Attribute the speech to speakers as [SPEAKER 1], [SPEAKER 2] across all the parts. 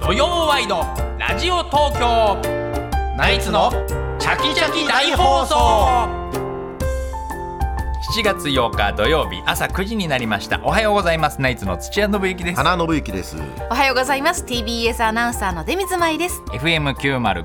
[SPEAKER 1] 土曜ワイドラジオ東京ナイツのチャキチャキ大放送7月8日土曜日朝9時になりましたおはようございますナイツの土屋信之です
[SPEAKER 2] 花信之です。
[SPEAKER 3] おはようございます TBS アナウンサーの出水舞です
[SPEAKER 1] FM905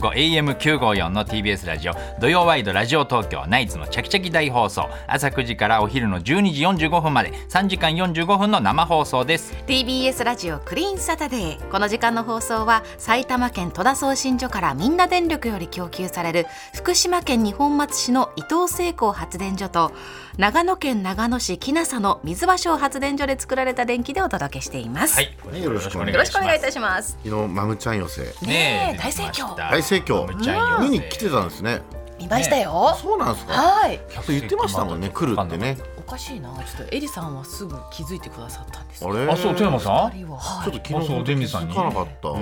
[SPEAKER 1] AM954 の TBS ラジオ土曜ワイドラジオ東京ナイツのチャキチャキ大放送朝9時からお昼の12時45分まで3時間45分の生放送です
[SPEAKER 3] TBS ラジオクリーンサタデーこの時間の放送は埼玉県戸田送信所からみんな電力より供給される福島県二本松市の伊東製鋼発電所と長野県長野市木那佐の水場所発電所で作られた電気でお届けしています、
[SPEAKER 1] はい
[SPEAKER 2] よろしくお願い
[SPEAKER 3] よろしくお願いいた
[SPEAKER 1] し
[SPEAKER 3] します
[SPEAKER 2] 昨日マムちゃん寄せ
[SPEAKER 3] ねえ大盛況
[SPEAKER 2] 大盛況
[SPEAKER 1] マムちゃん寄
[SPEAKER 2] 見
[SPEAKER 1] せ
[SPEAKER 2] に来てたんですね。
[SPEAKER 3] 見ましたよ、
[SPEAKER 2] そうなんですか。
[SPEAKER 3] はい
[SPEAKER 2] そう言ってましたもんね。来るってね。
[SPEAKER 3] おかしいなちょっとエリさんはすぐ気づいてくださったんです
[SPEAKER 2] あれ。
[SPEAKER 1] あそう富山
[SPEAKER 2] ちょ
[SPEAKER 1] さん
[SPEAKER 3] 二人は
[SPEAKER 2] っ
[SPEAKER 3] は
[SPEAKER 2] と
[SPEAKER 3] い
[SPEAKER 2] 昨日
[SPEAKER 1] あそうデミさん
[SPEAKER 2] 気
[SPEAKER 1] に
[SPEAKER 2] づかなかった。
[SPEAKER 1] へ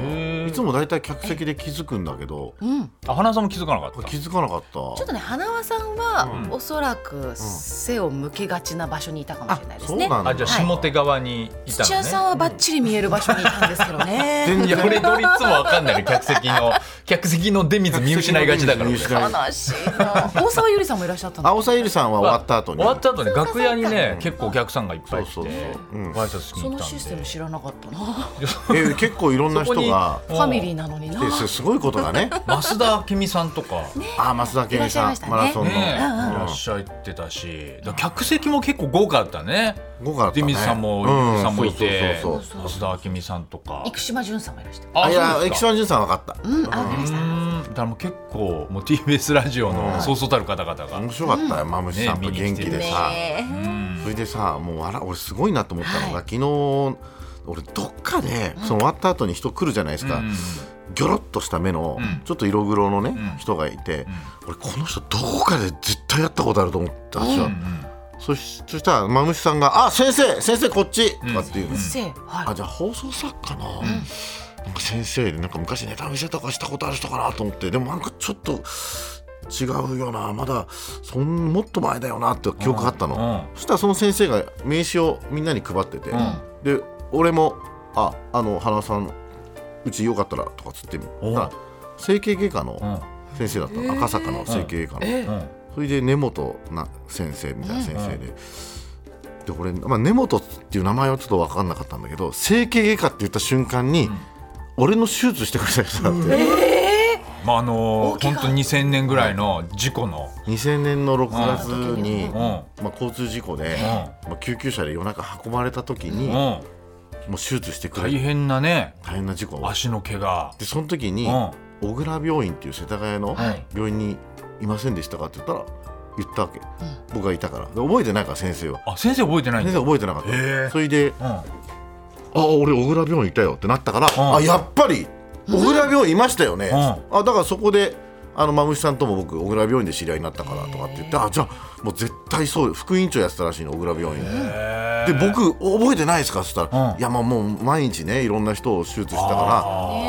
[SPEAKER 1] ー
[SPEAKER 2] いつもだいたい客席で気づくんだけど、
[SPEAKER 3] うん
[SPEAKER 1] あ花さんも気づかなかっ
[SPEAKER 2] これ
[SPEAKER 1] た
[SPEAKER 2] 気づかなかった。
[SPEAKER 3] ちょっとね花輪さんは、おそらく背を向けがちな場所にいたかもしれないです
[SPEAKER 2] そう
[SPEAKER 3] ね。
[SPEAKER 2] なんだ。
[SPEAKER 1] あじゃあ
[SPEAKER 3] はい
[SPEAKER 1] 下手側にいた
[SPEAKER 3] 土
[SPEAKER 1] の
[SPEAKER 3] 屋
[SPEAKER 1] ね、
[SPEAKER 3] さんはバッチリ見える場所にいたんですけどね。
[SPEAKER 2] 全
[SPEAKER 1] いや
[SPEAKER 2] 然
[SPEAKER 1] 俺どれいつもわかんないの客席 の客席の出水見失いがちだから
[SPEAKER 2] 見
[SPEAKER 1] 俺
[SPEAKER 2] 失い
[SPEAKER 1] 終
[SPEAKER 2] がち
[SPEAKER 3] 悲しいな。大沢ゆりさんもいらっしゃったの。
[SPEAKER 2] 青さゆりさんは終わった後に。
[SPEAKER 1] わった後に
[SPEAKER 3] そうか
[SPEAKER 1] 楽屋にね
[SPEAKER 2] うん
[SPEAKER 1] 結構お客さんがいっぱい来て
[SPEAKER 2] そうそうそううん
[SPEAKER 1] ご挨拶しに
[SPEAKER 3] そ
[SPEAKER 1] 行っ
[SPEAKER 3] の
[SPEAKER 1] たん
[SPEAKER 3] シ
[SPEAKER 1] で
[SPEAKER 3] ステム知らなかったな。
[SPEAKER 2] えー結構いろんな人が。
[SPEAKER 3] ファミリーなのにな。
[SPEAKER 2] ですすごいことがね。
[SPEAKER 1] 増田明美さんとか
[SPEAKER 2] あ増田明美
[SPEAKER 3] い
[SPEAKER 2] さ
[SPEAKER 3] らっ
[SPEAKER 2] ん
[SPEAKER 3] しゃいましたね
[SPEAKER 2] マラソンの。
[SPEAKER 1] ねい
[SPEAKER 2] う
[SPEAKER 1] ら
[SPEAKER 2] ん
[SPEAKER 1] っしゃってたしだから客席も結構豪華だったね
[SPEAKER 2] 豪華だったね
[SPEAKER 1] 出水さんも
[SPEAKER 2] うん
[SPEAKER 1] ゆうきさんもいて
[SPEAKER 2] そうそう
[SPEAKER 3] そうそう
[SPEAKER 1] 増田明美さんとか
[SPEAKER 3] 生島淳さんもいらっしゃった。
[SPEAKER 2] あい
[SPEAKER 1] そうで
[SPEAKER 2] やエ
[SPEAKER 1] すか
[SPEAKER 2] キションジュンさん分かった。
[SPEAKER 3] うん、あ、ゆりさん。
[SPEAKER 1] うーんだからもう結構もう TBS ラジオのそうそうたる方々が、
[SPEAKER 2] 面白かったよマムシさんと
[SPEAKER 1] ね見に
[SPEAKER 2] 元
[SPEAKER 1] 来
[SPEAKER 2] 気
[SPEAKER 1] て
[SPEAKER 2] で
[SPEAKER 1] ね
[SPEAKER 2] さ。
[SPEAKER 3] え。
[SPEAKER 2] それでさもうわら俺すごいなと思ったのが、
[SPEAKER 3] はい
[SPEAKER 2] 昨日俺どっかでその終わった後に人来るじゃないですか、
[SPEAKER 1] うん
[SPEAKER 2] ギョロッとした目の、
[SPEAKER 1] うん
[SPEAKER 2] ちょっと色黒のね、
[SPEAKER 1] ん
[SPEAKER 2] 人がいて、俺この人どこかで絶対やったことあると思ったんですよ、そしそしたらマムシさんが「あ先生先生こっち!」とかっていう、
[SPEAKER 3] うっせえ。は
[SPEAKER 2] あ
[SPEAKER 3] い。
[SPEAKER 2] じゃあ放送作家の、なんか先生でなんか昔ネタ見せとかしたことある人かなと思ってでもなんかちょっと違うよなまだそんもっと前だよなって記憶があったの、
[SPEAKER 1] うん
[SPEAKER 2] そしたらその先生が名刺をみんなに配ってて、
[SPEAKER 1] ん
[SPEAKER 2] で俺も「ああの花輪さんうちよかったら」とかつってみ
[SPEAKER 1] お
[SPEAKER 2] たら整形外科
[SPEAKER 1] うん
[SPEAKER 2] の先生だったの、赤坂の整形外科の、
[SPEAKER 3] え
[SPEAKER 1] うん
[SPEAKER 2] それで根本な先生みたいな先生で。で俺まあ、根本っていう名前はちょっと分かんなかったんだけど整形外科って言った瞬間に、俺の手術してくれた人だって、
[SPEAKER 1] まああの
[SPEAKER 3] 大
[SPEAKER 1] ー、
[SPEAKER 3] 怪
[SPEAKER 1] 本
[SPEAKER 3] 我
[SPEAKER 1] 当に2000年ぐらいの事故の、
[SPEAKER 2] 2000年の6月に、
[SPEAKER 1] うん
[SPEAKER 2] まあ、交通事故で、まあ、救急車で夜中運ばれた時に、
[SPEAKER 1] うん
[SPEAKER 2] もう手術してくれ
[SPEAKER 1] 大
[SPEAKER 2] て
[SPEAKER 1] 変なね
[SPEAKER 2] 大変な事故が起き
[SPEAKER 1] 足
[SPEAKER 2] て
[SPEAKER 1] の怪我
[SPEAKER 2] でその時に、
[SPEAKER 1] う
[SPEAKER 2] 小倉病院っていう世田谷の
[SPEAKER 1] はい
[SPEAKER 2] 病院にいませんでしたかって言ったら言ったわけ、僕がいたからで覚えてないから先生は
[SPEAKER 1] あ先生覚えてないん
[SPEAKER 2] 先
[SPEAKER 1] だ
[SPEAKER 2] 生覚えてなかっ
[SPEAKER 1] へえ
[SPEAKER 2] たそれで
[SPEAKER 1] うんあ
[SPEAKER 2] 「あ俺小倉病院いたよ」ってなったから「
[SPEAKER 1] ん
[SPEAKER 2] あやっぱり小倉病院いましたよね」
[SPEAKER 1] う
[SPEAKER 2] あだからそこであのマムシさんとも僕小倉病院で知り合いになったからとかって言って「あじゃあもう絶対そう副院長やってたらしいの小倉病院で」で僕覚えてないですか?」っつったら
[SPEAKER 1] う
[SPEAKER 2] 「
[SPEAKER 1] ん
[SPEAKER 2] いやまあもう毎日ねいろんな人を手術したか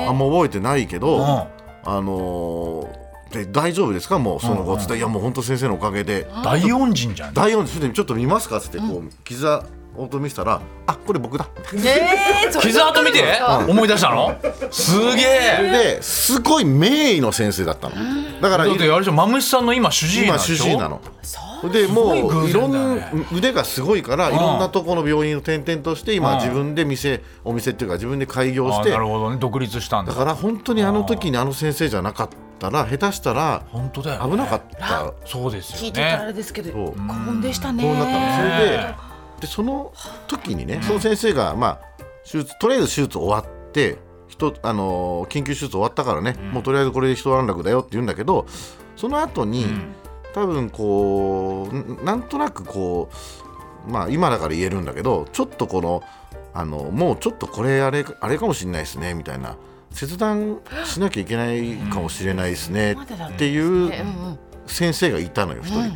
[SPEAKER 2] らあんま覚えてないけど、
[SPEAKER 1] うん
[SPEAKER 2] あのーで大丈夫ですかもうその後」つって「いやもう本当先生のおかげで
[SPEAKER 1] 大恩人じゃん
[SPEAKER 2] 大音でちょっと見ますか?」っつってこう膝をと見せたら「あこれ僕だ」
[SPEAKER 3] ええ、それ
[SPEAKER 1] 傷跡見て思い出したのすげ
[SPEAKER 2] それ
[SPEAKER 1] え
[SPEAKER 2] ですごい名医の先生だったのだから
[SPEAKER 1] だってあれじゃんマムシさんの今主治医なん
[SPEAKER 2] 今
[SPEAKER 1] でしょ
[SPEAKER 2] 主治医なのでもう
[SPEAKER 1] す
[SPEAKER 2] い
[SPEAKER 1] ごい偶
[SPEAKER 2] ろ
[SPEAKER 1] 然
[SPEAKER 2] ん
[SPEAKER 1] だね
[SPEAKER 2] な腕がすごいからいろんなところの病院を転々として
[SPEAKER 1] うん
[SPEAKER 2] 今自分で店お店っていうか自分で開業し
[SPEAKER 1] あ
[SPEAKER 2] て
[SPEAKER 1] なるほどね独立したんだ
[SPEAKER 2] だから本当にあの時にあの先生じゃなかったら下手したら
[SPEAKER 1] 本当だよ、ね、
[SPEAKER 2] 危なかった
[SPEAKER 1] そうですよね
[SPEAKER 3] 聞いてたらあれですけど、
[SPEAKER 2] そう
[SPEAKER 3] 幸運でしたね。
[SPEAKER 2] こうなったのそれで
[SPEAKER 1] ね
[SPEAKER 2] でその時にねその先生がまあ手術とりあえず手術終わって人あのー緊急手術終わったからね、もうとりあえずこれで一安楽だよって言うんだけどその後に、多分こうんなんとなくこうまあ今だから言えるんだけどちょっとこのあのもうちょっとこれあれあれかもしれないですねみたいな切断しなきゃいけないかもしれないですねっていう
[SPEAKER 3] ねうんうん
[SPEAKER 2] 先生がいたのよ一人、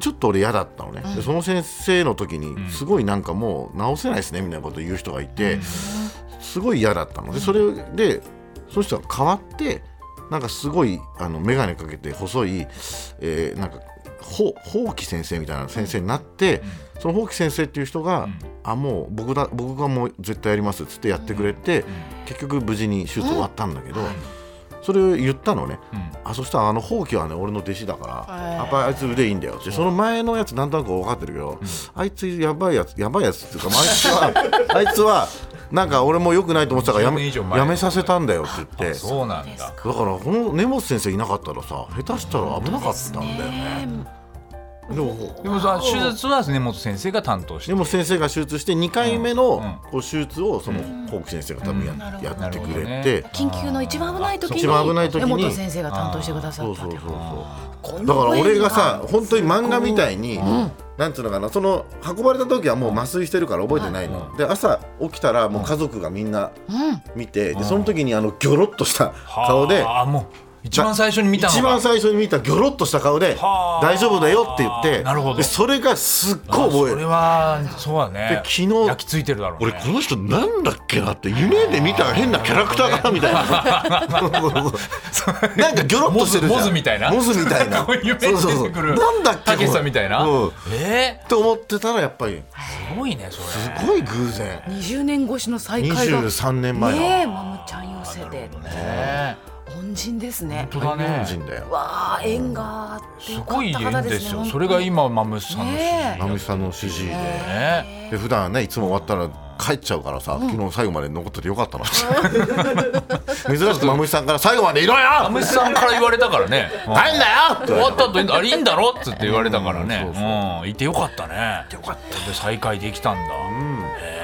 [SPEAKER 2] ちょっと俺嫌だったのね、でその先生の時にすごいなんかもう直せないですねみたいなこと言う人がいて、すごい嫌だったのでそれでその人が変わってなんかすごいあの眼鏡かけて細い、えーなんかほほうき先生みたいな先生になって、そのほうき先生っていう人が、
[SPEAKER 1] ん
[SPEAKER 2] あもう僕だ僕がもう絶対やりますっつってやってくれて、結局無事に手術終わったんだけど、それを言ったのね、
[SPEAKER 1] うん
[SPEAKER 2] あそしたらあのほうきはね俺の弟子だから
[SPEAKER 3] へー
[SPEAKER 2] やっぱりあいつ腕いいんだよってその前のやつなんとなく分かってるけど、あいつやばいやつやばいやつっていうか、まあ、あいつは あいつはなんか俺も良くないと思ってたからや
[SPEAKER 1] 10年
[SPEAKER 2] め
[SPEAKER 1] 以上前
[SPEAKER 2] やめさせたんだよって言って。
[SPEAKER 1] そうなんだ
[SPEAKER 2] だからこの根本先生いなかったらさ下手したら危なかったんだよね。でも
[SPEAKER 1] でもさ手術は根本先生が担当して
[SPEAKER 2] 根本先生が手術して2回目
[SPEAKER 1] うんうん
[SPEAKER 2] のこう手術をそのホーク先生が多分や,、
[SPEAKER 3] うん
[SPEAKER 2] やってくれて、
[SPEAKER 1] なるほどね
[SPEAKER 3] 緊急の一番危ない時に
[SPEAKER 2] 一番危ない時に
[SPEAKER 3] 根本先生が担当してくださ
[SPEAKER 2] そ
[SPEAKER 3] っ
[SPEAKER 2] う
[SPEAKER 3] た
[SPEAKER 2] そ
[SPEAKER 3] っ
[SPEAKER 2] う
[SPEAKER 3] て
[SPEAKER 2] そうそう。
[SPEAKER 3] こんな
[SPEAKER 2] だから
[SPEAKER 3] ご縁
[SPEAKER 2] 俺がさ
[SPEAKER 3] あ
[SPEAKER 2] 本当に漫画みたいに、なんつうのかなその運ばれた時はもう麻酔してるから覚えてないの、で朝起きたらもう家族がみんな見て、でその時にあのギョロッとした顔で
[SPEAKER 1] ああもう一番最初に見たのが
[SPEAKER 2] 一番最初に見たギョロッとした顔で
[SPEAKER 1] はあ
[SPEAKER 2] 大丈夫だよって言って
[SPEAKER 1] なるほど
[SPEAKER 2] でそれがすっごい覚え
[SPEAKER 1] それ
[SPEAKER 2] る
[SPEAKER 1] はそうだね
[SPEAKER 2] で昨日
[SPEAKER 1] 焼き付いてるだろうね
[SPEAKER 2] 俺この人なんだっけなって夢で見た変なキャラクターかなみ たいななんかギョロッとしてるじゃ
[SPEAKER 1] モズ
[SPEAKER 2] ん
[SPEAKER 1] モズみたいな
[SPEAKER 2] モズみたいな
[SPEAKER 1] こういう目に出てくる
[SPEAKER 2] なんだっけ
[SPEAKER 1] たけしさんみたいな
[SPEAKER 2] うん
[SPEAKER 1] え
[SPEAKER 2] って思ってたらやっぱり
[SPEAKER 1] ーすごいねそれ
[SPEAKER 2] すごい偶然
[SPEAKER 3] 20年越しの再会が
[SPEAKER 2] 23年前の
[SPEAKER 3] ねえマムちゃん寄せで
[SPEAKER 1] ね
[SPEAKER 3] 恩人ですね
[SPEAKER 1] 本当だね
[SPEAKER 2] 日本人だよ
[SPEAKER 3] わあ縁があって
[SPEAKER 1] す
[SPEAKER 3] よか
[SPEAKER 1] ごい
[SPEAKER 3] った
[SPEAKER 1] 縁
[SPEAKER 3] 方ですね
[SPEAKER 1] ですよ
[SPEAKER 3] 本当に
[SPEAKER 1] それが今マムシさんの主
[SPEAKER 3] ね
[SPEAKER 2] 直美さんの指示で
[SPEAKER 1] ね
[SPEAKER 2] で普段はねいつも終わったら帰っちゃうからさ、昨日最後まで残っててよか ったな珍しくまむしさんから最後までいろよ
[SPEAKER 1] マムシさんから言われたからね
[SPEAKER 2] 帰んだよ
[SPEAKER 1] 終わった後あれいいんだろっつって言われたからね
[SPEAKER 2] うんそうそう
[SPEAKER 1] うんいてよかったねよかったで再会できたんだ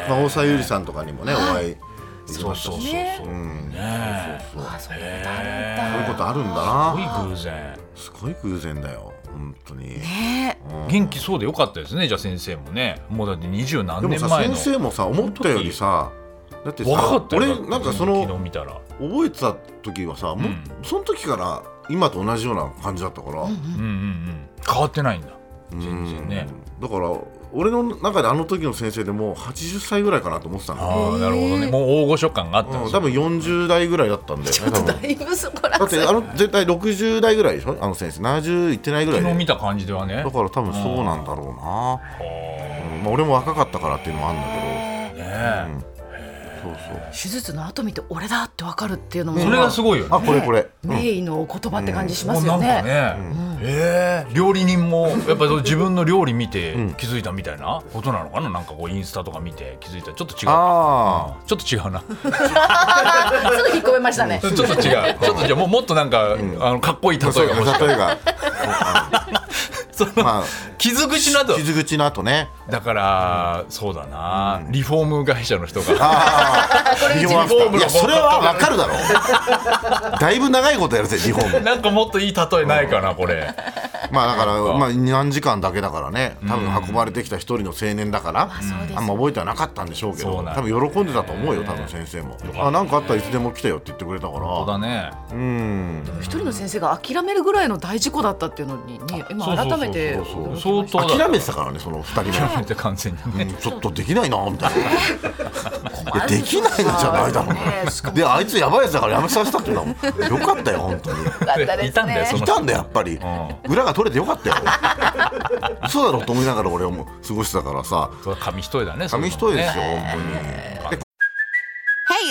[SPEAKER 2] まあ、大沢ゆりさんとかにもねお会いでき
[SPEAKER 1] そ
[SPEAKER 2] ま
[SPEAKER 1] う
[SPEAKER 2] した
[SPEAKER 1] そうそう
[SPEAKER 2] し
[SPEAKER 1] そう
[SPEAKER 3] ね
[SPEAKER 1] ね
[SPEAKER 2] そうそう
[SPEAKER 3] あそういうことあるん
[SPEAKER 2] そういう
[SPEAKER 3] だ
[SPEAKER 2] ことあるんだ
[SPEAKER 1] すご
[SPEAKER 2] ない
[SPEAKER 1] 偶然
[SPEAKER 2] すごい偶然だよ本当に
[SPEAKER 3] ねえ
[SPEAKER 1] 元気そうでよかったですねじゃあ先生もねもうだって二十
[SPEAKER 2] で
[SPEAKER 1] 何
[SPEAKER 2] も
[SPEAKER 1] 年
[SPEAKER 2] さ
[SPEAKER 1] 前
[SPEAKER 2] 先
[SPEAKER 1] の
[SPEAKER 2] 生もさ思ったよりさだって
[SPEAKER 1] 若か
[SPEAKER 2] さ
[SPEAKER 1] ったよ
[SPEAKER 2] 俺なんかその
[SPEAKER 1] 昨日見たら
[SPEAKER 2] 覚えてた時はさ、もうその時から今と同じような感じだったから、
[SPEAKER 1] うんうんうん変わってないんだ全然ね
[SPEAKER 2] だから俺の中であの時の先生でもう80歳ぐらいかなと思ってたの、
[SPEAKER 1] ああなるほどねもう大御所感があったん
[SPEAKER 2] う
[SPEAKER 1] で
[SPEAKER 2] ん
[SPEAKER 1] すよ
[SPEAKER 2] 多分40代ぐらいだったんだよね多分
[SPEAKER 3] だいぶそこら
[SPEAKER 2] だってあの絶対60代ぐらいでしょあの先生70いってないぐらい
[SPEAKER 1] 昨
[SPEAKER 2] で
[SPEAKER 1] 日
[SPEAKER 2] だ
[SPEAKER 1] 見た感じではね
[SPEAKER 2] から多分そうなんだろうな、うんまあ、俺も若かったからっていうのもあるんだ
[SPEAKER 1] ね
[SPEAKER 2] けどそうそう
[SPEAKER 3] 手術の後見て俺だってわかるっていうのも
[SPEAKER 1] それがすごいよね
[SPEAKER 2] あこれこれ、うん
[SPEAKER 3] 名医のお言葉って感じします
[SPEAKER 1] な
[SPEAKER 3] よ
[SPEAKER 1] んか
[SPEAKER 3] ね。
[SPEAKER 1] ね、ええ料理人もやっぱり そう自分の料理見て気づいたみたいなことなのかななんかこうインスタとか見て気づいたちょっと違う
[SPEAKER 2] あ
[SPEAKER 1] ちょっと違うな
[SPEAKER 3] すぐ引っ込めましたね
[SPEAKER 1] ち。ょっと違うち ょっとじゃあもうもっとなんか、あのかっこいい例え
[SPEAKER 2] あ
[SPEAKER 1] が
[SPEAKER 2] そう
[SPEAKER 1] 欲しい
[SPEAKER 2] か例えば
[SPEAKER 1] その
[SPEAKER 2] まあ
[SPEAKER 1] 傷口など
[SPEAKER 2] 傷口の後ね
[SPEAKER 1] だからそうだな、リフォーム会社の人が
[SPEAKER 2] ああ、リフォーム
[SPEAKER 1] リフォーム
[SPEAKER 2] いや、それはわかるだ ろ。だいぶ長いことやるぜ、リフォーム。
[SPEAKER 1] なんかもっといい例えないかなこれ
[SPEAKER 2] まあ、だから、まあ、何時間だけだからね、多分運ばれてきた一人の青年だから。あんま覚えてはなかったんでしょうけ
[SPEAKER 1] そ
[SPEAKER 2] ど、
[SPEAKER 1] うなん
[SPEAKER 2] 多分喜んでたと思うよ、多分先生も。あ、なんかあったらいつでも来てよって言ってくれたか
[SPEAKER 1] そう
[SPEAKER 2] ら。
[SPEAKER 1] だね
[SPEAKER 2] うん。
[SPEAKER 3] 一人の先生が諦めるぐらいの大事故だったっていうのにね、今改めて
[SPEAKER 1] そう
[SPEAKER 3] 驚きま
[SPEAKER 1] そう
[SPEAKER 3] し
[SPEAKER 1] そう
[SPEAKER 3] た
[SPEAKER 1] そう相当だ
[SPEAKER 2] 諦めてたからね、その二人
[SPEAKER 1] 諦
[SPEAKER 2] 目。
[SPEAKER 1] めて完全に
[SPEAKER 2] う
[SPEAKER 1] ね
[SPEAKER 2] んちょっとできないなみたいな いやできないのじゃないだろ
[SPEAKER 3] ねしか
[SPEAKER 2] う
[SPEAKER 3] も
[SPEAKER 2] であいつやばいやつだからやめさせたってだもんよかったよ本当 に
[SPEAKER 3] よかったですね
[SPEAKER 1] いたんだよそ
[SPEAKER 2] い
[SPEAKER 1] の
[SPEAKER 2] たんだよやっぱり、裏が取れてよかったよそうだろうと思いながら俺はもう過ごしてたからさ
[SPEAKER 1] 紙一重だね
[SPEAKER 2] 紙一重です
[SPEAKER 1] そ
[SPEAKER 2] よ
[SPEAKER 1] ういうのもね
[SPEAKER 2] 本当にで
[SPEAKER 4] Hey,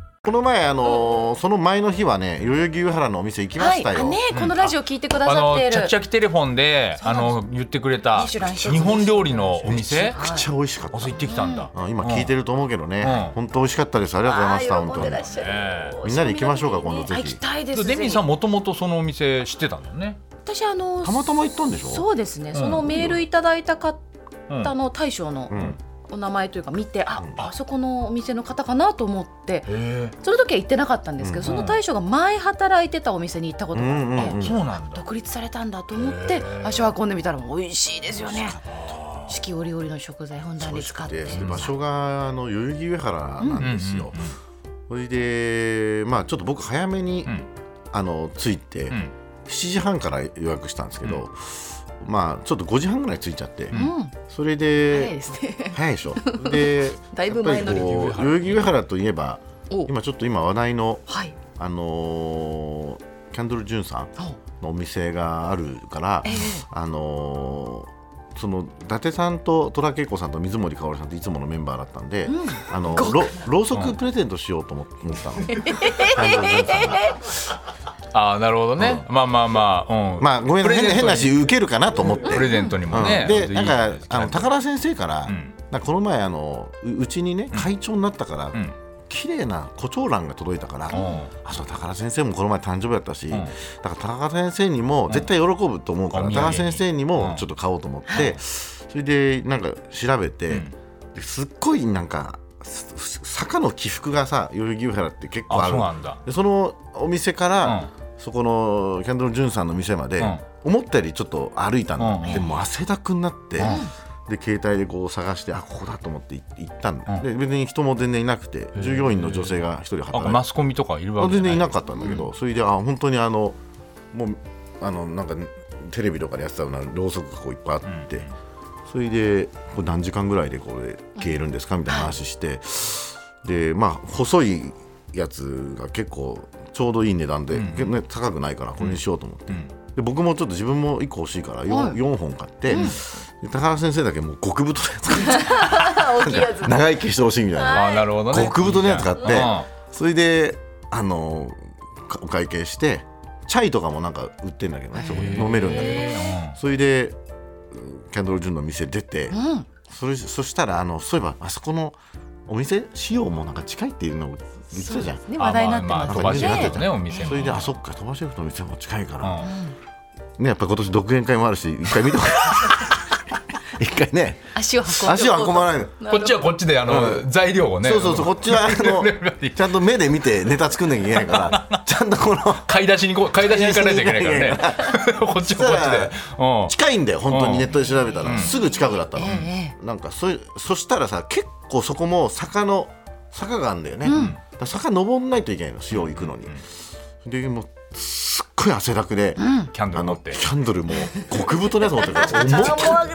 [SPEAKER 2] この前あのーその前の日はね代々木上原のお店行きま
[SPEAKER 3] は
[SPEAKER 2] し
[SPEAKER 3] い、
[SPEAKER 2] た
[SPEAKER 3] あ
[SPEAKER 2] よ、
[SPEAKER 3] ねこのラジオ聞いてくだ
[SPEAKER 1] あ
[SPEAKER 3] さっ
[SPEAKER 1] の
[SPEAKER 3] てい
[SPEAKER 1] チャ
[SPEAKER 3] る
[SPEAKER 1] キチャキテレフォンであの言ってくれた
[SPEAKER 3] ミシュラン一つ
[SPEAKER 1] 日本料理のお店
[SPEAKER 2] めっちゃ美味しかった
[SPEAKER 1] あそう行ってきたんだ
[SPEAKER 2] うん今聞いてると思うけどね、
[SPEAKER 1] うん
[SPEAKER 2] 本当美味しかったですありがとうございました
[SPEAKER 3] あー
[SPEAKER 2] 本
[SPEAKER 3] 喜
[SPEAKER 2] 当
[SPEAKER 3] んで
[SPEAKER 2] に
[SPEAKER 3] らっしゃる
[SPEAKER 1] え
[SPEAKER 2] みんなで行きましょうか今度ぜ
[SPEAKER 3] あ
[SPEAKER 2] ひ
[SPEAKER 3] 行きたいで
[SPEAKER 1] え
[SPEAKER 3] す
[SPEAKER 1] デミーさん
[SPEAKER 3] ぜ
[SPEAKER 1] もともとそのお店知ってたんだよね
[SPEAKER 3] ひ私あの
[SPEAKER 2] たまたま行ったんでしょ
[SPEAKER 3] そうですねそのメールいただいた方
[SPEAKER 1] うん
[SPEAKER 3] の大将の
[SPEAKER 2] ん
[SPEAKER 3] お名前というか見てああそこのお店の方かなと思って
[SPEAKER 1] え
[SPEAKER 3] その時は行ってなかったんですけどその大将が前働いてたお店に行ったことがあって
[SPEAKER 2] うんうんうん
[SPEAKER 1] そうなんだ
[SPEAKER 3] 独立されたんだと思って足を運んでみたら美味しいですよね四季折々の食材ふんだんに使って
[SPEAKER 2] で場所があの代々木上原なんですよ。それでまあちょっと僕早めに、
[SPEAKER 1] ん
[SPEAKER 2] あの着い
[SPEAKER 1] ん
[SPEAKER 2] て、7時半から予約したんですけど、まあちょっと5時半ぐらい着いちゃって、
[SPEAKER 3] うん
[SPEAKER 2] それ
[SPEAKER 3] 早い
[SPEAKER 2] で
[SPEAKER 3] ですね
[SPEAKER 2] 早いで しょ。で
[SPEAKER 3] だいぶ前乗り
[SPEAKER 2] やっぱりこう代々木上原といえば
[SPEAKER 3] お
[SPEAKER 2] 今ちょっと今話題の
[SPEAKER 3] はい
[SPEAKER 2] あのーキャンドル・ジュンさん
[SPEAKER 3] お
[SPEAKER 2] のお店があるから、
[SPEAKER 3] ええ
[SPEAKER 2] あのーその伊達さんと戸田恵子さんと水森かおりさんっていつものメンバーだったんで、あのろろうそくプレゼントしようと思思ったの。キャンドルジュンさんが
[SPEAKER 1] ああなるほどね、まあまあまあ、うん、
[SPEAKER 2] まあごめんなさい
[SPEAKER 1] プレゼン
[SPEAKER 2] 変変な
[SPEAKER 1] ト
[SPEAKER 2] 話受けるかなと思って。
[SPEAKER 1] プレゼントにもね、
[SPEAKER 2] うんで
[SPEAKER 1] いい
[SPEAKER 2] なん
[SPEAKER 1] じゃ
[SPEAKER 2] か
[SPEAKER 1] いです
[SPEAKER 2] あの高田先生から、
[SPEAKER 1] ん
[SPEAKER 2] なんかこの前あのううちにね会長になったから、
[SPEAKER 1] ん
[SPEAKER 2] 綺麗な胡蝶蘭が届いたから、
[SPEAKER 1] ん
[SPEAKER 2] あそう高田先生もこの前誕生日だったし、
[SPEAKER 1] ん
[SPEAKER 2] だから高田先生にも絶対喜ぶと思うから、
[SPEAKER 1] お土産
[SPEAKER 2] 高
[SPEAKER 1] に
[SPEAKER 2] 田先生に
[SPEAKER 1] う
[SPEAKER 2] も
[SPEAKER 1] ん
[SPEAKER 2] ちょっと買おうと思って、それでなんか調べて、ですっごいなんかす坂の起伏がさ代々木上原って結構
[SPEAKER 1] あ
[SPEAKER 2] ある
[SPEAKER 1] そうなんだ
[SPEAKER 2] でそのお店から、そこのキャンドル・ジュンさんの店まで、
[SPEAKER 1] うん
[SPEAKER 2] 思ったよりちょっと歩いたの、
[SPEAKER 1] うん
[SPEAKER 2] でもう汗だくになって、で携帯でこう探してあここだと思って行行ったんだ、
[SPEAKER 1] う
[SPEAKER 2] で別に人も全然いなくて従業員の女性が一人
[SPEAKER 1] なん
[SPEAKER 2] 働
[SPEAKER 1] か
[SPEAKER 2] いて
[SPEAKER 1] マスコミとかいるわ
[SPEAKER 2] あ
[SPEAKER 1] けじゃない
[SPEAKER 2] 全然いなかったんだけど、それであ本当にあのもうあのなんかテレビとかでやってたようなろうそくがこういっぱいあって、それでこれ何時間ぐらいでこれ消えるんですかみたいな話して、でまあ細いやつが結構ちょうどいい値段で、けね、高くないからこれにしようと思って。で僕もちょっと自分も1個欲しいから 4,、
[SPEAKER 3] はい
[SPEAKER 2] 四本買って、で高原先生だけもう極太のやつ買って
[SPEAKER 3] 大きいやつ
[SPEAKER 2] 長生きしてほしいみたいな
[SPEAKER 1] ああなるほどね
[SPEAKER 2] 極太のやつ買って
[SPEAKER 1] いいじゃん
[SPEAKER 2] それであのかお会計してチャイとかもなんか売ってんだけどねそこで飲めるんだけどそれでうんキャンドル・ジュンの店出て、
[SPEAKER 3] うん
[SPEAKER 2] それそしたらあのそういえばあそこのお店仕様もなんか近いっていうのを言ってたじゃん。
[SPEAKER 3] ね話題になって
[SPEAKER 1] あまあまあ
[SPEAKER 3] ます
[SPEAKER 1] 飛
[SPEAKER 2] な
[SPEAKER 1] ば
[SPEAKER 2] んか
[SPEAKER 1] し
[SPEAKER 2] ニュースになって
[SPEAKER 1] ると
[SPEAKER 2] たじ
[SPEAKER 1] ね
[SPEAKER 2] ゃん
[SPEAKER 1] お店も
[SPEAKER 2] それであ
[SPEAKER 1] う
[SPEAKER 2] そっか飛ばシェフの店も近いから、
[SPEAKER 1] ん
[SPEAKER 2] ねやっぱ今年独演会もあるし一回見て一回ね
[SPEAKER 3] 足を運んで
[SPEAKER 2] 足を運ばないで
[SPEAKER 1] こっちはこっちであの、材料をね
[SPEAKER 2] そうそうそうこっちはあの ちゃんと目で見てネタ作んなきゃいけないからちゃんとこの
[SPEAKER 1] 買い出しにこ買い出しに行かないといけないからね こっちはこっちでうん
[SPEAKER 2] 近いんだよ本当
[SPEAKER 1] うん
[SPEAKER 2] にネットで調べたら、すぐ近くだったの、
[SPEAKER 3] え
[SPEAKER 2] なんかそそしたらさ結構そこも坂の坂があるんだよね、だから坂登んないといけないの塩行くのに、でもうすっごい汗だくで、
[SPEAKER 1] キャンドル
[SPEAKER 2] あ
[SPEAKER 1] 持っ
[SPEAKER 2] の
[SPEAKER 1] て
[SPEAKER 2] キャンドルも極太のやつ持ってる から重っ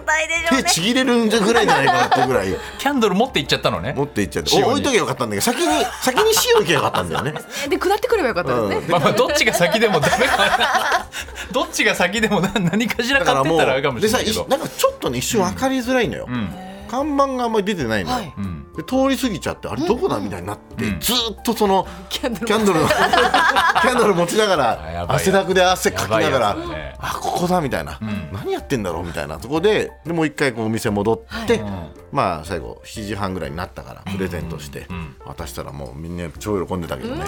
[SPEAKER 3] 大でし
[SPEAKER 2] 手ちぎれるんじゃぐらいじゃないかなって ぐらい
[SPEAKER 1] キャンドル持って行っちゃったのね
[SPEAKER 2] 持っていっちゃって
[SPEAKER 1] 塩に
[SPEAKER 2] お置いとけばよかったんだけど先に先に塩行けばよかったんだよね
[SPEAKER 3] ょで下ってくればよかったですね
[SPEAKER 1] まあまあどっちが先でもダメかなどっちが先でもな何かしら
[SPEAKER 2] だ
[SPEAKER 1] 買
[SPEAKER 2] から
[SPEAKER 1] って
[SPEAKER 2] も
[SPEAKER 1] たらあれか
[SPEAKER 2] う
[SPEAKER 1] もし
[SPEAKER 2] で
[SPEAKER 1] れな
[SPEAKER 2] さ
[SPEAKER 1] いけど
[SPEAKER 2] いなんかちょっとね一瞬分かりづらいのよ、看板があんまり出てないのよ、
[SPEAKER 3] はい
[SPEAKER 1] うん
[SPEAKER 2] で通り過ぎちゃってあれどこだみたいになって、ずーっとその
[SPEAKER 3] キャンドル
[SPEAKER 2] キャンドルの キャンドル持ちなが
[SPEAKER 1] あや
[SPEAKER 2] ら
[SPEAKER 1] ばい
[SPEAKER 2] 汗だくで汗かきなが
[SPEAKER 1] や
[SPEAKER 2] ら、
[SPEAKER 1] ばいやつだね
[SPEAKER 2] あここだみたいな、何やってんだろうみたいなとこででもう一回こうお店戻って、まあ最後7時半ぐらいになったからプレゼントして渡したらもうみんな超喜んでたけどね、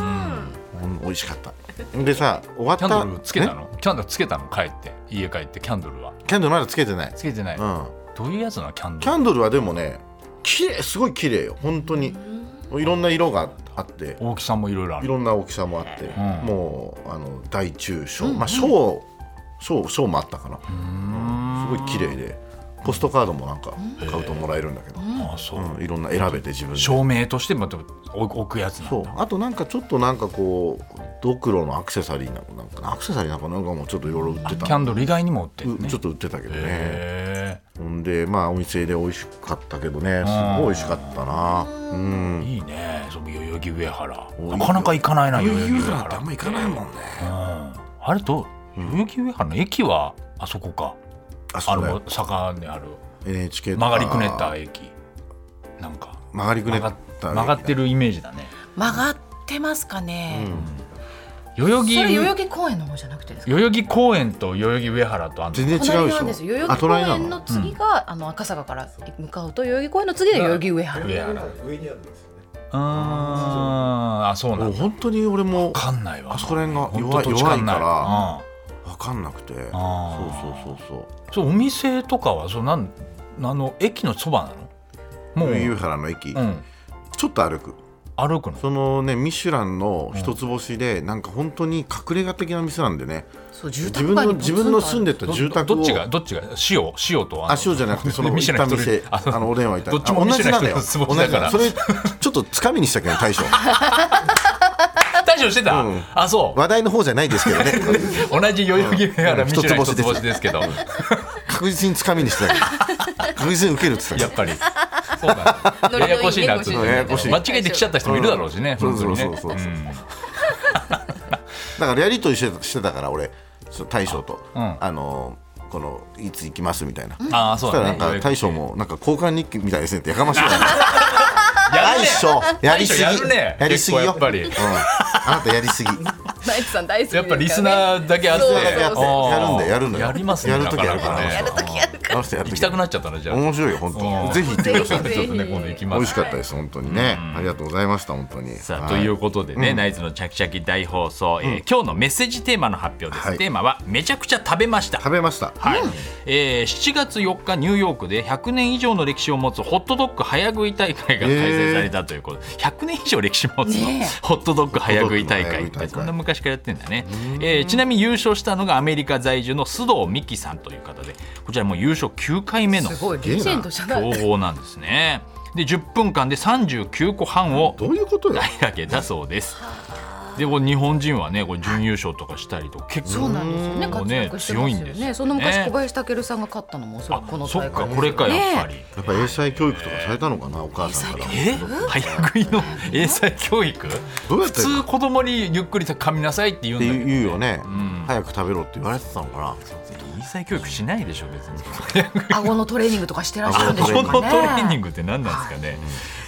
[SPEAKER 2] うん、美味しかったでさ終わっ
[SPEAKER 1] キャ
[SPEAKER 2] た
[SPEAKER 1] ンドルつけた
[SPEAKER 2] ね
[SPEAKER 1] のキャンドルつけたの帰って家帰ってキャンドルは
[SPEAKER 2] キャンドルまだつけてない、
[SPEAKER 1] つけてない、
[SPEAKER 2] うん、
[SPEAKER 1] どういうやつなのキャンドル
[SPEAKER 2] キャンドルはでもね綺麗すごい綺麗よ本当にいろんな色があって
[SPEAKER 1] 大きさもいろいろあ
[SPEAKER 2] い
[SPEAKER 1] る
[SPEAKER 2] ろんな大きさもあって、
[SPEAKER 1] ん
[SPEAKER 2] もうあの大中小、まあ小小小もあったかな、うんすごい綺麗でポストカードもなんか買うともらえるんだけど、
[SPEAKER 1] あそう、
[SPEAKER 2] うんいろんな選べて自分でそ
[SPEAKER 1] 照明としてまた置くやつなん
[SPEAKER 2] う
[SPEAKER 1] だ
[SPEAKER 2] あとなんかちょっとなんかこうドクロのアクセサリーなんかなんかアクセサリーなんかなんかもちょっといろいろ売って
[SPEAKER 1] キャ
[SPEAKER 2] た
[SPEAKER 1] ンドル以外にも売ってる
[SPEAKER 2] う
[SPEAKER 1] ね
[SPEAKER 2] ちょっと売ってたけどね
[SPEAKER 1] へ
[SPEAKER 2] ほんでまあお店で美味しかったけどねすごい美味しかったなうん
[SPEAKER 1] えいいねその代々木上原
[SPEAKER 2] お
[SPEAKER 1] なかなか行かないな代
[SPEAKER 2] 代
[SPEAKER 1] 々木
[SPEAKER 2] 々
[SPEAKER 1] 上
[SPEAKER 2] 木上原ってあん
[SPEAKER 1] 原
[SPEAKER 2] ま行かないもんね。
[SPEAKER 1] あれと代々木上原の駅はあそこか
[SPEAKER 2] あ
[SPEAKER 1] あ
[SPEAKER 2] そうだよ
[SPEAKER 1] の。坂にある
[SPEAKER 2] NHK とか
[SPEAKER 1] 曲がりくねった駅なんか
[SPEAKER 2] 曲がりくね
[SPEAKER 1] 曲
[SPEAKER 2] っ
[SPEAKER 1] がった曲がってるイメージだね
[SPEAKER 3] 曲がってますかね
[SPEAKER 1] 代々
[SPEAKER 3] そ
[SPEAKER 1] 木
[SPEAKER 3] れ代々木公園の方じゃなくてですか
[SPEAKER 1] 代々木公園と代々木上原とあんの
[SPEAKER 2] 全然違う
[SPEAKER 3] 隣
[SPEAKER 2] でし
[SPEAKER 3] な
[SPEAKER 2] ょ。
[SPEAKER 3] んですよ代々木公
[SPEAKER 2] あ
[SPEAKER 3] 園の次が、あの赤坂から向かうと代々木公園の次で代々木上原
[SPEAKER 1] 上原ああそうな
[SPEAKER 2] もうん
[SPEAKER 1] だ
[SPEAKER 2] 本当に俺も
[SPEAKER 1] わかんないわ
[SPEAKER 2] あそこら辺が
[SPEAKER 1] ほん
[SPEAKER 2] 弱
[SPEAKER 1] と
[SPEAKER 2] い
[SPEAKER 1] 土地
[SPEAKER 2] 弱い
[SPEAKER 1] 勘
[SPEAKER 2] か
[SPEAKER 1] ない
[SPEAKER 2] ら
[SPEAKER 1] うん
[SPEAKER 2] 分かんなくて。そう
[SPEAKER 1] あ
[SPEAKER 2] そうそう
[SPEAKER 1] そうお店とかはそうなんあの駅のそばなの
[SPEAKER 2] そう。
[SPEAKER 1] もう
[SPEAKER 2] 代々木上原の駅
[SPEAKER 1] うん
[SPEAKER 2] ちょっと歩く。
[SPEAKER 1] 歩くの
[SPEAKER 2] そのねミシュランの一つ星で、なんか本当に隠れ家的な店なんでね
[SPEAKER 3] そう住
[SPEAKER 2] 自
[SPEAKER 3] 宅
[SPEAKER 2] 分
[SPEAKER 3] 街
[SPEAKER 2] の
[SPEAKER 3] に
[SPEAKER 2] 自分の住ん
[SPEAKER 3] で
[SPEAKER 2] でた
[SPEAKER 1] ど
[SPEAKER 2] 住宅を
[SPEAKER 1] どっちがどっちが塩塩とあの
[SPEAKER 2] あ塩じゃなくてその
[SPEAKER 1] ミシ
[SPEAKER 2] 行
[SPEAKER 1] ュ
[SPEAKER 2] っ
[SPEAKER 1] ラ
[SPEAKER 2] た
[SPEAKER 1] ン一人
[SPEAKER 2] 店あのおでんはいた
[SPEAKER 1] どっちも
[SPEAKER 2] あ同じなんだよ
[SPEAKER 1] ミ
[SPEAKER 2] 同
[SPEAKER 1] シュラン一つ星
[SPEAKER 2] じ
[SPEAKER 1] だから
[SPEAKER 2] なのそれ ちょっとつかみにしたけど大将
[SPEAKER 1] 大将してた、
[SPEAKER 2] うん
[SPEAKER 1] あそう
[SPEAKER 2] 話題の方じゃないですけどね
[SPEAKER 1] 同じ代々木上原ミシュラン一つ星ですけど
[SPEAKER 2] 確実につかみにしてたけど確実に受けるって言
[SPEAKER 1] や
[SPEAKER 2] ってた
[SPEAKER 1] っぱりそうなんだややこしいなっつって
[SPEAKER 2] ノリのいいねややこしい
[SPEAKER 1] 間違えてきちゃった人もいるだろうしね、
[SPEAKER 2] うん
[SPEAKER 1] 本当にね
[SPEAKER 2] そうそうそうそう
[SPEAKER 1] うん
[SPEAKER 2] だからやりとりしてしてたから俺その大将と
[SPEAKER 1] あうん
[SPEAKER 2] あ,、のーこのいつ行きますみたいな、
[SPEAKER 1] ああそ
[SPEAKER 2] そうし
[SPEAKER 1] だ
[SPEAKER 2] たらな
[SPEAKER 1] ね
[SPEAKER 2] んか大将もなんか交換日記みたいですねってやかましいわ
[SPEAKER 1] やる
[SPEAKER 2] 大
[SPEAKER 1] ね
[SPEAKER 2] 将やりすぎ
[SPEAKER 1] 大将やるね
[SPEAKER 2] やりすぎ
[SPEAKER 1] 結構
[SPEAKER 2] よ
[SPEAKER 1] やっぱり
[SPEAKER 2] うん、あなたやりすぎ
[SPEAKER 5] ナイツさん大好き
[SPEAKER 1] やっぱリスナーだけあって
[SPEAKER 5] そう
[SPEAKER 2] やる
[SPEAKER 5] そうそう
[SPEAKER 2] だけやるんだよやるんだよ
[SPEAKER 1] やりますね
[SPEAKER 2] やるときやるから
[SPEAKER 1] ななね
[SPEAKER 2] やるときやるからあの人やる
[SPEAKER 1] 行
[SPEAKER 2] と
[SPEAKER 1] き
[SPEAKER 2] き
[SPEAKER 1] たくなっちゃったのじゃあ
[SPEAKER 2] 面白いよ本
[SPEAKER 1] うん
[SPEAKER 2] 当ぜひ行ってください
[SPEAKER 5] ぜ
[SPEAKER 1] ちょっとね今度行き
[SPEAKER 2] 美
[SPEAKER 1] ます
[SPEAKER 2] 味しかったです本当にねありがとうございました本当に
[SPEAKER 1] さあ、
[SPEAKER 2] は
[SPEAKER 1] ということでね、ナイツのチャキチャキ大放送、えー今日のメッセージテーマの発表です、
[SPEAKER 2] はい
[SPEAKER 1] テーマはめちゃくちゃ食べました
[SPEAKER 2] 食べました
[SPEAKER 1] はいえー7月4日ニューヨークで100年以上の歴史を持つホットドッグ早食い大会が開催されたということ、100年以上歴史持つの、ホットドッグ早食い大
[SPEAKER 2] ホ
[SPEAKER 1] 会
[SPEAKER 2] ットドッグの早食い大会
[SPEAKER 1] そんな昔からやってんだね、えーちなみに優勝したのがアメリカ在住の須藤美希さんという方でこちらもう優勝9回目の
[SPEAKER 5] すごいレジェンドじゃない
[SPEAKER 1] 強豪なんですねで10分間で39個半を
[SPEAKER 2] どういうことよ
[SPEAKER 1] 投げ上げたそうです。でこれ日本人はねこれ準優勝とかしたりとか結構
[SPEAKER 5] そうなんですよね
[SPEAKER 1] こう
[SPEAKER 5] 活躍してますよねその昔小林武さんが勝ったのもおそら
[SPEAKER 1] あ
[SPEAKER 5] くこの
[SPEAKER 1] そっ
[SPEAKER 5] 大
[SPEAKER 1] か
[SPEAKER 5] 会
[SPEAKER 1] これかやっぱり。
[SPEAKER 2] やっぱ英才教育とかされたのかなお母さんから
[SPEAKER 1] え早食いの英才教育
[SPEAKER 2] どうや
[SPEAKER 1] 普
[SPEAKER 2] ってやる
[SPEAKER 1] 通
[SPEAKER 2] の
[SPEAKER 1] 子供にゆっくり噛みなさいって言うん
[SPEAKER 2] って
[SPEAKER 1] だけど
[SPEAKER 2] 言うよね
[SPEAKER 1] ん
[SPEAKER 2] 早く食べろって言われてたのか
[SPEAKER 1] 英才教育しないでしょ別に
[SPEAKER 5] 顎のトレーニングとかしてらっしゃるんでしょ
[SPEAKER 1] こ
[SPEAKER 5] う
[SPEAKER 1] の
[SPEAKER 5] か
[SPEAKER 1] ト
[SPEAKER 5] ね
[SPEAKER 1] レーニングって何なんですかね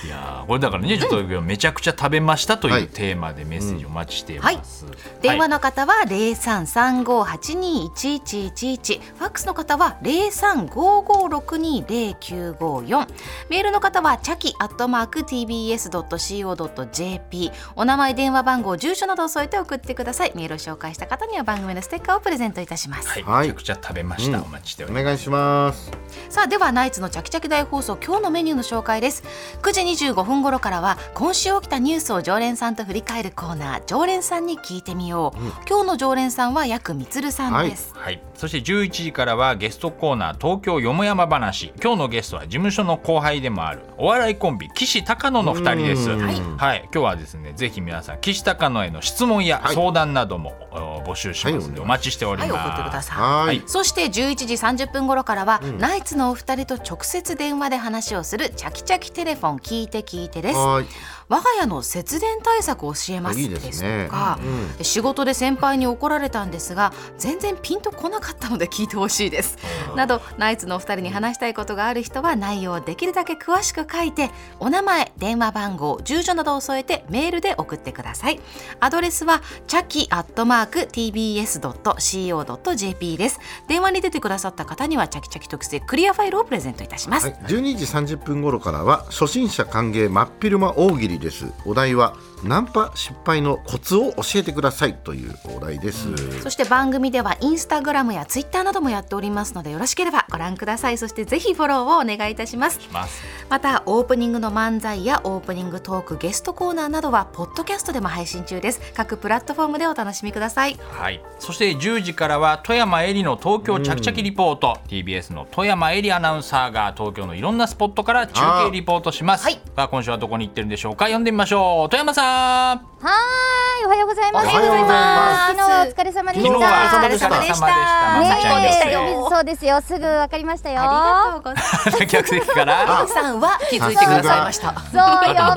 [SPEAKER 1] いやーこれだからねちょっとめちゃくちゃ食べましたと
[SPEAKER 2] は
[SPEAKER 1] いう
[SPEAKER 2] い
[SPEAKER 1] テーマでメッセージお待ちしています
[SPEAKER 3] 電話
[SPEAKER 1] の
[SPEAKER 3] の方は零三三五八二一一一一、ファックスの方は零三五五六二零九五四、メールの方はチャキアットマーク TBS ドット CO ドット JP、お名前、電話番号、住所などを添えて送ってください。メールを紹介した方には番組のステッカーをプレゼントいたします。
[SPEAKER 1] はいめちゃくちゃ食べましたお待ちしておりま
[SPEAKER 2] な
[SPEAKER 1] す
[SPEAKER 2] お願いします
[SPEAKER 3] さあではナイツのチャキチャキ大放送今日のメニューの紹介です9時25分頃からは今週起きたニュースを常連さんと振り返るコーナー常連さんに聞いてみよう、今日の常連さんはヤクミツルさんです、
[SPEAKER 1] はい、そして11時からはゲストコーナー東京よもやま話今日のゲストは事務所の後輩でもあるお笑いコンビ岸高野の2人ですはい、今日はですねぜひ皆さん岸高野への質問や相談なども、お募集しますので、
[SPEAKER 2] は
[SPEAKER 1] お
[SPEAKER 2] い
[SPEAKER 1] 待ちしており
[SPEAKER 3] は
[SPEAKER 1] ま
[SPEAKER 3] い
[SPEAKER 1] す、
[SPEAKER 3] 送ってください
[SPEAKER 2] は
[SPEAKER 1] はい
[SPEAKER 2] い
[SPEAKER 3] そして11時30分頃からは、ナイツのお二人と直接電話で話をするチャキチャキテレフォン聞いて聞いてです
[SPEAKER 2] は
[SPEAKER 3] 我が家の節電対策を教えます
[SPEAKER 2] いい
[SPEAKER 3] で
[SPEAKER 2] ですすね
[SPEAKER 3] とか、仕事で先輩に怒られたんですが全然ピンとこなかったので聞いてほしいですなどナイツのお二人に話したいことがある人は内容をできるだけ詳しく書いてお名前電話番号住所などを添えてメールで送ってくださいアドレスはチャキアットマーク tbs.co.jp です電話に出てくださった方にはチャキチャキ特製クリアファイルをプレゼントいたします、
[SPEAKER 2] はい、12時30分頃からは初心者歓迎真っ昼間大喜利ですお題はナンパ失敗のコツを教えてくださいというお題です、
[SPEAKER 3] そして番組ではインスタグラムやツイッターなどもやっておりますのでよろしければご覧くださいそしてぜひフォローをお願いいたします
[SPEAKER 1] ます
[SPEAKER 3] またオープニングの漫才やオープニングトークゲストコーナーなどはポッドキャストでも配信中です各プラットフォームでお楽しみください
[SPEAKER 1] はい、そして10時からは富山えりの東京ちゃきちゃきリポート、TBS の富山えりアナウンサーが東京のいろんなスポットから中継リポートします、
[SPEAKER 3] はい
[SPEAKER 1] さあ今週はどこに行ってるんでしょうか読んでみましょう富山さん
[SPEAKER 6] はーい、おはようございます。
[SPEAKER 2] おはようございます
[SPEAKER 6] 昨日はお疲れ様でした。
[SPEAKER 1] 昨日はお疲れ様でした
[SPEAKER 6] ね
[SPEAKER 1] まさちゃんでした
[SPEAKER 6] え
[SPEAKER 1] よ
[SPEAKER 6] そうですよ。すぐわかりましたよ。
[SPEAKER 3] ありがとうございます
[SPEAKER 1] 客席から
[SPEAKER 3] 皆さんは気づいてくださいました
[SPEAKER 6] そうよ。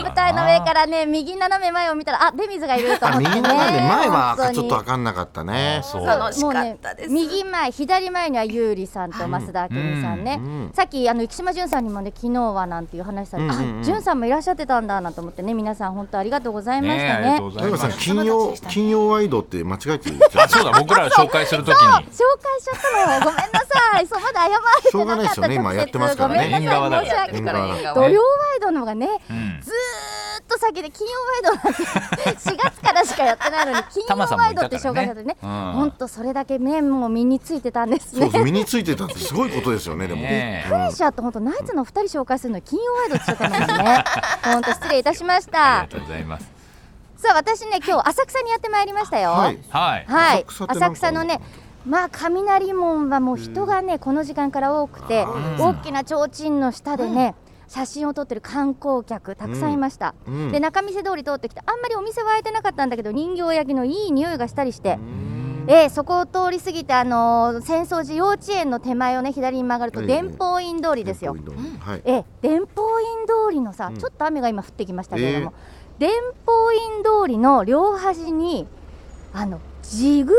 [SPEAKER 6] 舞台の上からね、右斜め前を見たら、あ、デミズがいると思
[SPEAKER 2] あ
[SPEAKER 6] っ
[SPEAKER 2] み
[SPEAKER 6] て
[SPEAKER 2] ん
[SPEAKER 6] ね。
[SPEAKER 2] なで前は
[SPEAKER 6] 本当
[SPEAKER 2] ちょっ
[SPEAKER 6] に
[SPEAKER 2] と分かんなかったね
[SPEAKER 1] そう
[SPEAKER 6] そう
[SPEAKER 3] 楽しかったです
[SPEAKER 6] もうね、右前左前には優里さんと増田明美さんね、さっきあの生島淳さんにもね昨日はなんていう話されて、あ淳さんもいらっしゃってたんだなと思ってね皆さん本当ありがとうございまし
[SPEAKER 1] あ
[SPEAKER 6] た
[SPEAKER 1] りが
[SPEAKER 6] ね
[SPEAKER 1] とうござい
[SPEAKER 2] 例え
[SPEAKER 1] ま
[SPEAKER 2] ば
[SPEAKER 1] す
[SPEAKER 2] さ金曜金曜ワイドって間違えて言っちゃ
[SPEAKER 1] あ
[SPEAKER 2] う
[SPEAKER 1] そうだ僕ら紹介するときに
[SPEAKER 6] 紹介しちゃったのごめんなさいそうまだ謝られ
[SPEAKER 2] しょ
[SPEAKER 6] て
[SPEAKER 2] うが
[SPEAKER 6] な
[SPEAKER 2] ないで
[SPEAKER 6] かっ
[SPEAKER 2] す
[SPEAKER 6] た
[SPEAKER 2] よね今やってますからね
[SPEAKER 6] ごめんなさい申し訳
[SPEAKER 2] 縁
[SPEAKER 6] ない
[SPEAKER 2] 側
[SPEAKER 5] だから
[SPEAKER 2] だから
[SPEAKER 5] いいか
[SPEAKER 6] 土曜ワイドの方がね、
[SPEAKER 1] ん
[SPEAKER 6] ずーっと先で金曜ワイドなんて4月からしかやってないのに金
[SPEAKER 1] タマさ
[SPEAKER 6] 曜
[SPEAKER 1] んも
[SPEAKER 6] ワ
[SPEAKER 1] い
[SPEAKER 6] イ
[SPEAKER 1] たからね
[SPEAKER 6] ドって紹介されてね
[SPEAKER 1] うん
[SPEAKER 6] 本当それだけ面も身についてたんです
[SPEAKER 2] そ
[SPEAKER 6] ね
[SPEAKER 2] うそう身についてたってすごいことですよねでも
[SPEAKER 1] ねえ
[SPEAKER 6] プレッシャーと本当ナイツの二人紹介するのに金曜ワイドって言っちゃったもんね本当失礼いたしまし
[SPEAKER 1] ありが
[SPEAKER 6] た
[SPEAKER 1] とうございます。
[SPEAKER 6] さあ私ね今日浅草にやってまいりましたよ
[SPEAKER 2] はい
[SPEAKER 1] はい。
[SPEAKER 6] は
[SPEAKER 2] 浅
[SPEAKER 6] い、
[SPEAKER 2] 草
[SPEAKER 6] 浅
[SPEAKER 2] って
[SPEAKER 6] 草
[SPEAKER 2] なんか
[SPEAKER 6] のね、まあ雷門はもう人がね、この時間から多くて、大きな提灯の下でね、写真を撮ってる観光客、たくさんいました。
[SPEAKER 2] うん
[SPEAKER 6] で、仲見世通り通ってきて、あんまりお店は開いてなかったんだけど、人形焼きのいい匂いがしたりして。えーそこを通り過ぎて、あのー浅草寺幼稚園の手前をね、左に曲がる
[SPEAKER 2] え
[SPEAKER 6] と、
[SPEAKER 2] え
[SPEAKER 6] 伝法院通りですよ。
[SPEAKER 2] はい
[SPEAKER 6] ええ伝法院通りのさ、
[SPEAKER 2] ん
[SPEAKER 6] ちょっと雨が今降ってきましたけれども、伝法院通りの両端にあの地口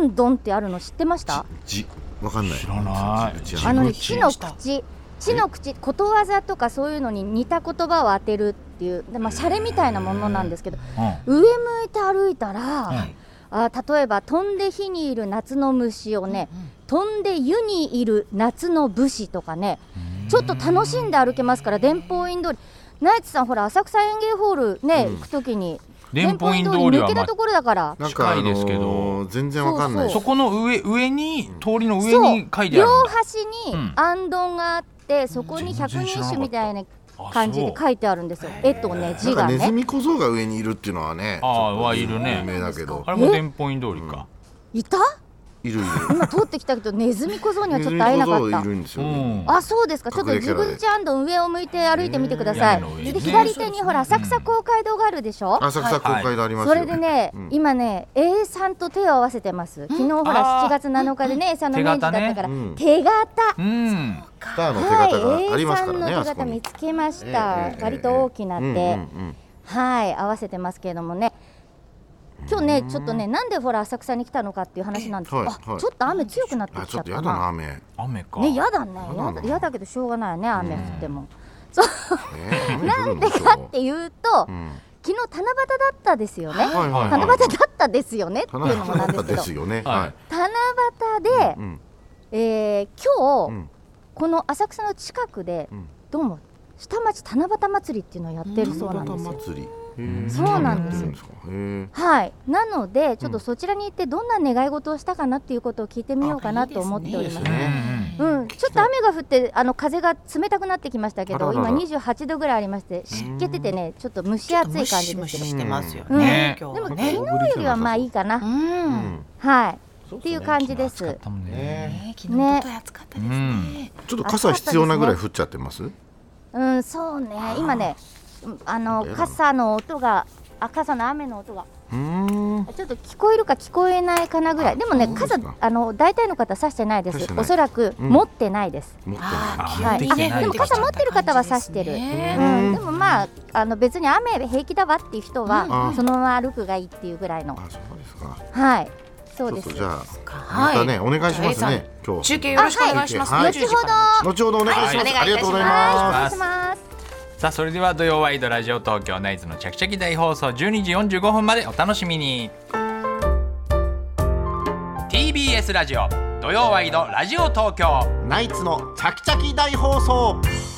[SPEAKER 6] 安どんってあるの知ってました
[SPEAKER 2] じわかんない
[SPEAKER 1] 知らない
[SPEAKER 2] じじ
[SPEAKER 6] あのね
[SPEAKER 2] じ
[SPEAKER 6] 地の口地の口ことわざとかそういうのに似た言葉を当てるっていうでまあシャレみたいなものなんですけど、
[SPEAKER 1] う
[SPEAKER 6] 上向いて歩いたら、
[SPEAKER 1] はい
[SPEAKER 6] あー例えば飛んで火にいる夏の虫をね、飛んで湯にいる夏の武士とかねちょっと楽しんで歩けますから伝法院通りナイツさんほら浅草園芸ホールね、行くときに
[SPEAKER 1] 伝法院通りは
[SPEAKER 6] 抜けたところだから、
[SPEAKER 2] なんかあの
[SPEAKER 1] 近いですけど
[SPEAKER 2] 全然わかんない
[SPEAKER 1] ん。そこの上上に通りの上
[SPEAKER 6] そう
[SPEAKER 1] に書いてあるん
[SPEAKER 6] 両
[SPEAKER 1] だ。
[SPEAKER 6] 端に
[SPEAKER 1] うん
[SPEAKER 6] 安どがあってそこ
[SPEAKER 1] 全
[SPEAKER 6] に百
[SPEAKER 1] 然知
[SPEAKER 6] 人
[SPEAKER 1] らなかった
[SPEAKER 6] 一首みたいな
[SPEAKER 1] あ
[SPEAKER 6] 感じで
[SPEAKER 1] そう
[SPEAKER 6] 書いてあるんですよ絵とね
[SPEAKER 2] な
[SPEAKER 6] 字
[SPEAKER 2] んか
[SPEAKER 6] が
[SPEAKER 2] ネズ
[SPEAKER 6] ね
[SPEAKER 2] ミ小僧が上にいるっていうのはね、
[SPEAKER 1] あー
[SPEAKER 2] ちょっと
[SPEAKER 1] はいるね
[SPEAKER 2] 有名だけど
[SPEAKER 1] あ、れも伝法院通りか。
[SPEAKER 6] いた
[SPEAKER 2] いるいる。
[SPEAKER 6] 今通ってきたけど ネズミ小僧には
[SPEAKER 2] ネ
[SPEAKER 6] ち
[SPEAKER 2] ズ
[SPEAKER 6] ょっ
[SPEAKER 2] ミ
[SPEAKER 6] と会え
[SPEAKER 2] 小
[SPEAKER 6] なか
[SPEAKER 2] 僧
[SPEAKER 6] っ
[SPEAKER 2] い
[SPEAKER 6] た
[SPEAKER 2] るんですよ。
[SPEAKER 1] うん。
[SPEAKER 6] あそうですかちょっと
[SPEAKER 2] 隠れキ
[SPEAKER 6] ジ
[SPEAKER 2] ャラ
[SPEAKER 6] グ
[SPEAKER 2] で
[SPEAKER 6] ジあんどん上を向いて歩いてみてくださ
[SPEAKER 1] 屋
[SPEAKER 6] い
[SPEAKER 1] 根の上にね
[SPEAKER 6] で左手にほら浅草公会堂があるでしょ
[SPEAKER 2] 浅草公会でありますよ。
[SPEAKER 6] それでね、
[SPEAKER 2] うん
[SPEAKER 6] 今ね A さんと手を合わせてます昨日ほ
[SPEAKER 1] あー
[SPEAKER 6] ら7月7日でね A さんの命日だったから
[SPEAKER 2] うん
[SPEAKER 6] 手形
[SPEAKER 1] うん。
[SPEAKER 2] スターの手形
[SPEAKER 6] はい
[SPEAKER 2] があり
[SPEAKER 6] A
[SPEAKER 2] ます
[SPEAKER 6] さ
[SPEAKER 2] から
[SPEAKER 6] ん
[SPEAKER 2] ね、
[SPEAKER 6] の手
[SPEAKER 2] あそこ
[SPEAKER 6] 形見
[SPEAKER 2] に。
[SPEAKER 6] つけまし
[SPEAKER 2] え
[SPEAKER 6] た
[SPEAKER 2] えええ
[SPEAKER 6] 割と大きな
[SPEAKER 2] うんうん
[SPEAKER 6] 手
[SPEAKER 2] うん
[SPEAKER 6] はい合わせてますけれどもね今日ねちょっとねなんでほら浅草に来たのかっていう話なんですけど、
[SPEAKER 2] はい
[SPEAKER 6] あ
[SPEAKER 2] はい
[SPEAKER 6] ちょっと雨強くなって
[SPEAKER 2] あ、
[SPEAKER 6] き
[SPEAKER 2] ち
[SPEAKER 6] ち
[SPEAKER 2] ょ
[SPEAKER 6] ゃ
[SPEAKER 2] っ
[SPEAKER 6] っ
[SPEAKER 2] とや
[SPEAKER 6] た
[SPEAKER 2] だな
[SPEAKER 6] な
[SPEAKER 2] 雨。ね
[SPEAKER 1] 雨か。
[SPEAKER 6] ねやだね
[SPEAKER 2] 嫌だな
[SPEAKER 6] やだやだけどしょうがないよね雨降っても、
[SPEAKER 2] なんで
[SPEAKER 6] だって
[SPEAKER 2] う。
[SPEAKER 6] いうと、
[SPEAKER 2] うん
[SPEAKER 6] 昨日七夕だったですよね、
[SPEAKER 2] はいはいはい
[SPEAKER 6] 七夕だったですよねっていう
[SPEAKER 2] 花
[SPEAKER 6] のもなん
[SPEAKER 2] 形
[SPEAKER 6] で
[SPEAKER 2] だったで
[SPEAKER 6] すけど
[SPEAKER 2] すよ
[SPEAKER 1] は
[SPEAKER 2] ね。
[SPEAKER 1] い
[SPEAKER 2] はい。
[SPEAKER 6] 七夕で、
[SPEAKER 2] うん
[SPEAKER 6] えー今日、
[SPEAKER 2] うん
[SPEAKER 6] この浅草の近くで、
[SPEAKER 2] うん
[SPEAKER 6] どうも下町七夕祭りっていうのをやってるそうなんです
[SPEAKER 2] 七
[SPEAKER 6] よ、
[SPEAKER 2] 夕祭り。へえ
[SPEAKER 6] そうなんです
[SPEAKER 2] やってるん
[SPEAKER 6] よ
[SPEAKER 2] ですか。へ
[SPEAKER 6] はいなのでちょっとそちらに行ってどんな願い事をしたかなっていうことを聞いてみようかなと思っております
[SPEAKER 2] あいいですね
[SPEAKER 6] うん、ちょっと雨が降ってあの風が冷たくなってきましたけ
[SPEAKER 2] あら
[SPEAKER 6] ど
[SPEAKER 2] らら
[SPEAKER 6] 今28度ぐらいありまして湿気ててねちょっと蒸し暑い感じですけど
[SPEAKER 7] してますよ
[SPEAKER 6] うん
[SPEAKER 1] ね
[SPEAKER 7] ね。
[SPEAKER 6] でも
[SPEAKER 7] 今日
[SPEAKER 6] 昨
[SPEAKER 7] ね
[SPEAKER 6] 日よりはまあいいかな、
[SPEAKER 2] え。うん
[SPEAKER 6] はい
[SPEAKER 2] そうそう
[SPEAKER 6] っていう感じです
[SPEAKER 1] だったもんね。
[SPEAKER 2] ね
[SPEAKER 8] 昨日おととい暑かったですね。
[SPEAKER 2] ちょっと傘必要なぐらい降っちゃってます。
[SPEAKER 6] うん、そうね、今ね、うんあの傘の音が、あ、傘の雨の音が、
[SPEAKER 2] うーん。
[SPEAKER 6] ちょっと聞こえるか聞こえないかなぐらい、でもね、
[SPEAKER 2] そうです
[SPEAKER 6] 傘
[SPEAKER 2] か、
[SPEAKER 6] あの大体の方差してないで
[SPEAKER 2] 差して
[SPEAKER 6] す。
[SPEAKER 2] ない
[SPEAKER 6] おそらく
[SPEAKER 2] うん
[SPEAKER 6] 持ってないです。
[SPEAKER 2] 持って
[SPEAKER 8] あ
[SPEAKER 1] あ
[SPEAKER 8] ー
[SPEAKER 1] 持ってきて
[SPEAKER 6] あ
[SPEAKER 1] ない
[SPEAKER 6] でも
[SPEAKER 1] とか
[SPEAKER 6] 傘持ってる方は差してる。うん、でもまあ、あの別に雨平気だわっていう人
[SPEAKER 2] うんう
[SPEAKER 6] は
[SPEAKER 2] ん、
[SPEAKER 6] そのまま歩くがいいっていうぐらいの。
[SPEAKER 2] あ、そうですか。
[SPEAKER 6] はい、そ
[SPEAKER 2] ち
[SPEAKER 6] う
[SPEAKER 2] ょ
[SPEAKER 6] で
[SPEAKER 2] っ
[SPEAKER 6] す
[SPEAKER 2] と。じゃあま
[SPEAKER 7] はい
[SPEAKER 2] たねお願いしますね。今日
[SPEAKER 7] 中継よろしくお願いします。
[SPEAKER 2] は
[SPEAKER 7] 20
[SPEAKER 2] い
[SPEAKER 7] 時から
[SPEAKER 2] 後ほどお願いします。
[SPEAKER 7] はい
[SPEAKER 2] ありがとうございます。
[SPEAKER 6] は
[SPEAKER 1] ます
[SPEAKER 6] い、失礼します。
[SPEAKER 1] さあそれでは土曜ワイドラジオ東京ナイツのちゃきちゃき大放送12時45分までお楽しみに TBS ラジオ土曜ワイドラジオ東京
[SPEAKER 2] ナイツのチャキチャキ大放送